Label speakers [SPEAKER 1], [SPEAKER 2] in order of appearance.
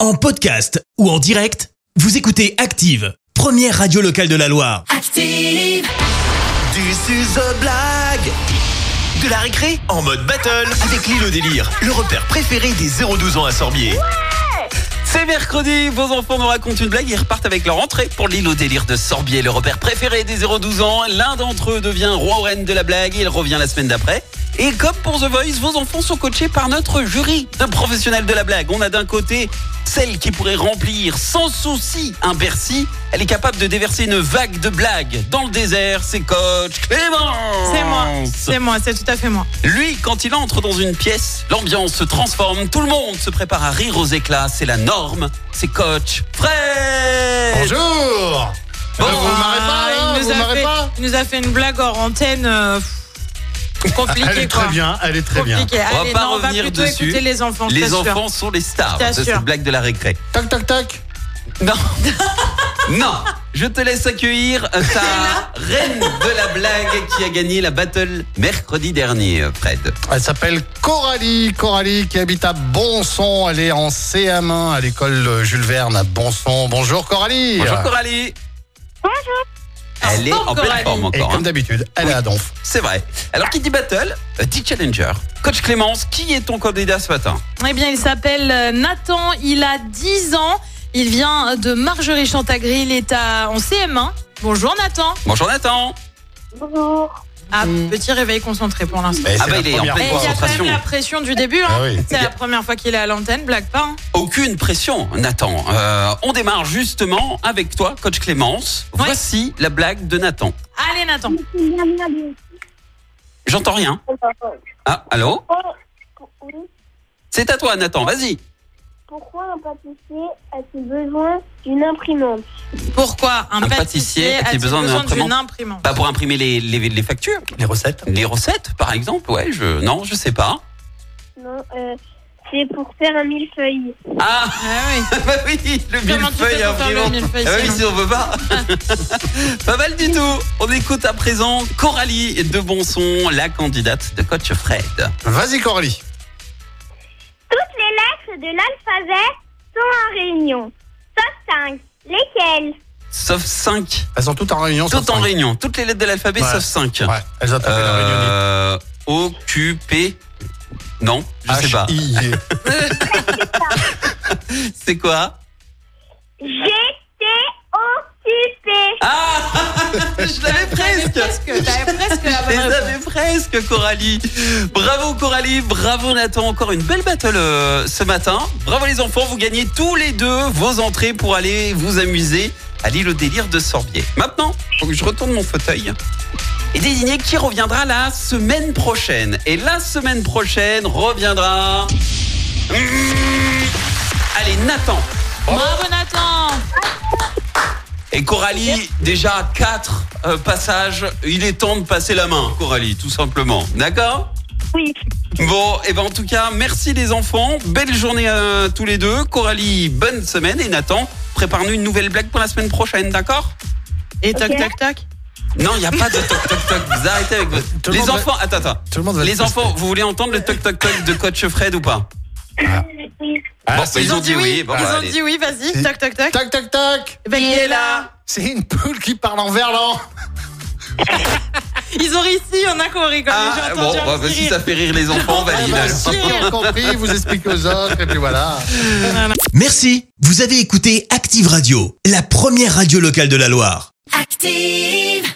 [SPEAKER 1] En podcast ou en direct, vous écoutez Active, première radio locale de la Loire.
[SPEAKER 2] Active,
[SPEAKER 3] Du suzo blague De la récré en mode battle avec Lilo Délire, le repère préféré des 0-12 ans à Sorbier.
[SPEAKER 4] C'est mercredi, vos enfants nous racontent une blague et repartent avec leur entrée pour l'île au délire de Sorbier, le repère préféré des 0-12 ans. L'un d'entre eux devient roi ou reine de la blague, il revient la semaine d'après. Et comme pour The Voice, vos enfants sont coachés par notre jury de professionnels de la blague. On a d'un côté celle qui pourrait remplir sans souci un Bercy. Elle est capable de déverser une vague de blagues dans le désert. C'est coach Clémence
[SPEAKER 5] C'est moi, c'est moi, c'est tout à fait moi.
[SPEAKER 4] Lui, quand il entre dans une pièce, l'ambiance se transforme, tout le monde se prépare à rire aux éclats, c'est la norme, c'est coach Fred
[SPEAKER 6] Bonjour
[SPEAKER 4] Bon,
[SPEAKER 6] Alors, Vous m'arrêtez
[SPEAKER 5] Ah,
[SPEAKER 6] pas,
[SPEAKER 5] il
[SPEAKER 6] là
[SPEAKER 5] nous
[SPEAKER 6] Vous
[SPEAKER 5] a
[SPEAKER 6] m'arrêtez
[SPEAKER 5] fait-
[SPEAKER 6] pas
[SPEAKER 5] Il nous a fait une blague hors antenne euh, pff, compliquée.
[SPEAKER 6] Elle est
[SPEAKER 5] quoi.
[SPEAKER 6] très bien, elle est très bien.
[SPEAKER 5] Compliquée.
[SPEAKER 4] On va
[SPEAKER 5] Allez,
[SPEAKER 4] pas
[SPEAKER 5] non, on va
[SPEAKER 4] revenir
[SPEAKER 5] plutôt
[SPEAKER 4] dessus.
[SPEAKER 5] écouter les enfants. je
[SPEAKER 4] Les
[SPEAKER 5] t'assure.
[SPEAKER 4] enfants sont les stars
[SPEAKER 5] Je
[SPEAKER 4] de
[SPEAKER 5] t'assure.
[SPEAKER 4] cette blague de la récré.
[SPEAKER 6] Tac, tac, tac
[SPEAKER 4] Non Non Je te laisse accueillir ta reine de la blague qui a gagné la battle mercredi dernier, Fred.
[SPEAKER 6] Elle s'appelle Coralie, Coralie qui habite à Bonson, elle est en CM1 à l'école euh, Jules Verne à Bonson. Bonjour Coralie
[SPEAKER 4] Bonjour Coralie Bonjour Elle est
[SPEAKER 5] Bonjour,
[SPEAKER 4] en pleine
[SPEAKER 5] Coralie.
[SPEAKER 4] forme
[SPEAKER 6] Et
[SPEAKER 4] encore. hein.
[SPEAKER 6] comme d'habitude, elle est à Donf.
[SPEAKER 4] C'est vrai. Alors qui dit battle, euh, dit challenger. Coach Clémence, qui est ton candidat ce matin
[SPEAKER 5] Eh bien, il s'appelle euh, Nathan, il a 10 ans, il vient de Margerie Chantagry, il est à, en CM1. Bonjour Nathan.
[SPEAKER 4] Bonjour Nathan
[SPEAKER 5] Ah,
[SPEAKER 6] Mm.
[SPEAKER 5] petit réveil concentré pour l'instant.
[SPEAKER 6] Mais
[SPEAKER 4] Ah
[SPEAKER 6] c'est
[SPEAKER 4] bah,
[SPEAKER 6] la
[SPEAKER 4] il est en
[SPEAKER 6] première
[SPEAKER 4] pleine
[SPEAKER 5] Eh,
[SPEAKER 6] fois.
[SPEAKER 5] Il y a quand
[SPEAKER 4] concentration.
[SPEAKER 5] même la pression du début. hein.
[SPEAKER 6] Ah oui.
[SPEAKER 5] C'est la première fois qu'il est à l'antenne, blague pas. hein.
[SPEAKER 4] Aucune pression, Nathan. Euh, on démarre justement avec toi, coach Clémence.
[SPEAKER 5] Ouais.
[SPEAKER 4] Voici la blague de Nathan.
[SPEAKER 5] Allez Nathan.
[SPEAKER 4] J'entends rien. Ah, allô
[SPEAKER 7] Oui,
[SPEAKER 4] C'est à toi, Nathan, vas-y.
[SPEAKER 7] pourquoi un pâtissier a-t-il besoin d'une imprimante
[SPEAKER 5] Pourquoi un,
[SPEAKER 4] Un pâtissier a-t-il besoin d'une
[SPEAKER 5] d'une
[SPEAKER 4] imprimante
[SPEAKER 5] imprimante
[SPEAKER 4] Bah, pour imprimer les, les- les factures,
[SPEAKER 6] Les recettes
[SPEAKER 4] les recettes, par exemple. Ouais, je. Non, je sais pas.
[SPEAKER 7] Non, euh, c'est pour faire un millefeuille.
[SPEAKER 4] Ah,
[SPEAKER 5] Ah oui.
[SPEAKER 4] bah oui, le
[SPEAKER 5] Comment tu fais
[SPEAKER 4] millefeuille
[SPEAKER 5] pour faire le
[SPEAKER 4] imprimant.
[SPEAKER 5] millefeuille,
[SPEAKER 4] Ah bah oui,
[SPEAKER 5] sinon
[SPEAKER 4] si on veut pas. pas mal du tout. On écoute à présent Coralie de Bonson, la candidate de coach Fred.
[SPEAKER 6] Vas-y Coralie
[SPEAKER 7] Toutes les lettres de l'alphabet sont en réunion. Sauf cinq. Lesquelles
[SPEAKER 4] Sauf 5.
[SPEAKER 6] Elles sont toutes en réunion.
[SPEAKER 4] Toutes
[SPEAKER 6] sauf
[SPEAKER 4] en
[SPEAKER 6] cinq.
[SPEAKER 4] réunion. Toutes les lettres de l'alphabet
[SPEAKER 6] Ouais.
[SPEAKER 4] sauf 5.
[SPEAKER 6] Ouais, elles ont tapé la réunion.
[SPEAKER 4] Euh, occupé. Non, je sais pas.
[SPEAKER 6] H-I-E.
[SPEAKER 4] C'est quoi
[SPEAKER 7] J'étais occupée.
[SPEAKER 4] Ah Je l'avais presque
[SPEAKER 5] Presque, t'avais presque la
[SPEAKER 4] Je
[SPEAKER 5] bonne réponse.
[SPEAKER 4] l'avais presque, Coralie. Bravo, Coralie. Bravo, Nathan. Encore une belle battle euh, ce matin. Bravo, les enfants. Vous gagnez tous les deux vos entrées pour aller vous amuser à l'île au délire de Sorbier. Maintenant, faut que je retourne mon fauteuil. Et désigner qui reviendra la semaine prochaine. Et la semaine prochaine reviendra. Mmh. Allez, Nathan.
[SPEAKER 5] Bravo Nathan
[SPEAKER 4] Et Coralie, déjà quatre euh, passages. Il est temps de passer la main, Coralie, tout simplement. D'accord
[SPEAKER 7] Oui.
[SPEAKER 4] Bon, et ben en tout cas, merci les enfants. Belle journée à tous les deux. Coralie, bonne semaine. Et Nathan, prépare-nous une nouvelle blague pour la semaine prochaine, d'accord
[SPEAKER 5] Et
[SPEAKER 7] Ok.
[SPEAKER 5] tac tac tac
[SPEAKER 4] Non, il n'y a pas de toc toc toc. Vous arrêtez avec votre.
[SPEAKER 6] Tout le
[SPEAKER 4] Les
[SPEAKER 6] monde va-
[SPEAKER 4] enfants, attends, attends.
[SPEAKER 6] Tout le monde va
[SPEAKER 4] Les
[SPEAKER 6] se
[SPEAKER 4] enfants, vous voulez entendre le toc toc toc de coach Fred ou pas
[SPEAKER 7] Oui.
[SPEAKER 6] Ah,
[SPEAKER 4] Bon, bah,
[SPEAKER 6] c'est-
[SPEAKER 4] ils ont dit oui. Bon,
[SPEAKER 5] Ils
[SPEAKER 4] bah,
[SPEAKER 5] ont
[SPEAKER 4] allez.
[SPEAKER 5] dit oui, vas-y,
[SPEAKER 6] Si.
[SPEAKER 5] tac tac tac.
[SPEAKER 6] Tac, tac, tac
[SPEAKER 5] Eh ben, il est là
[SPEAKER 6] C'est une poule qui parle en verlan
[SPEAKER 5] Ils ont réussi, il y en a qui ont rigolé.
[SPEAKER 4] Ah,
[SPEAKER 5] J'ai
[SPEAKER 4] bon,
[SPEAKER 5] entendu
[SPEAKER 4] bah,
[SPEAKER 5] un petit
[SPEAKER 4] si
[SPEAKER 5] rire.
[SPEAKER 4] ça fait rire les enfants, on valide.
[SPEAKER 6] Bah,
[SPEAKER 4] alors.
[SPEAKER 6] Si, on a compris, vous expliquez aux autres, et puis voilà
[SPEAKER 1] Merci, vous avez écouté Active Radio, la première radio locale de la Loire.
[SPEAKER 2] active.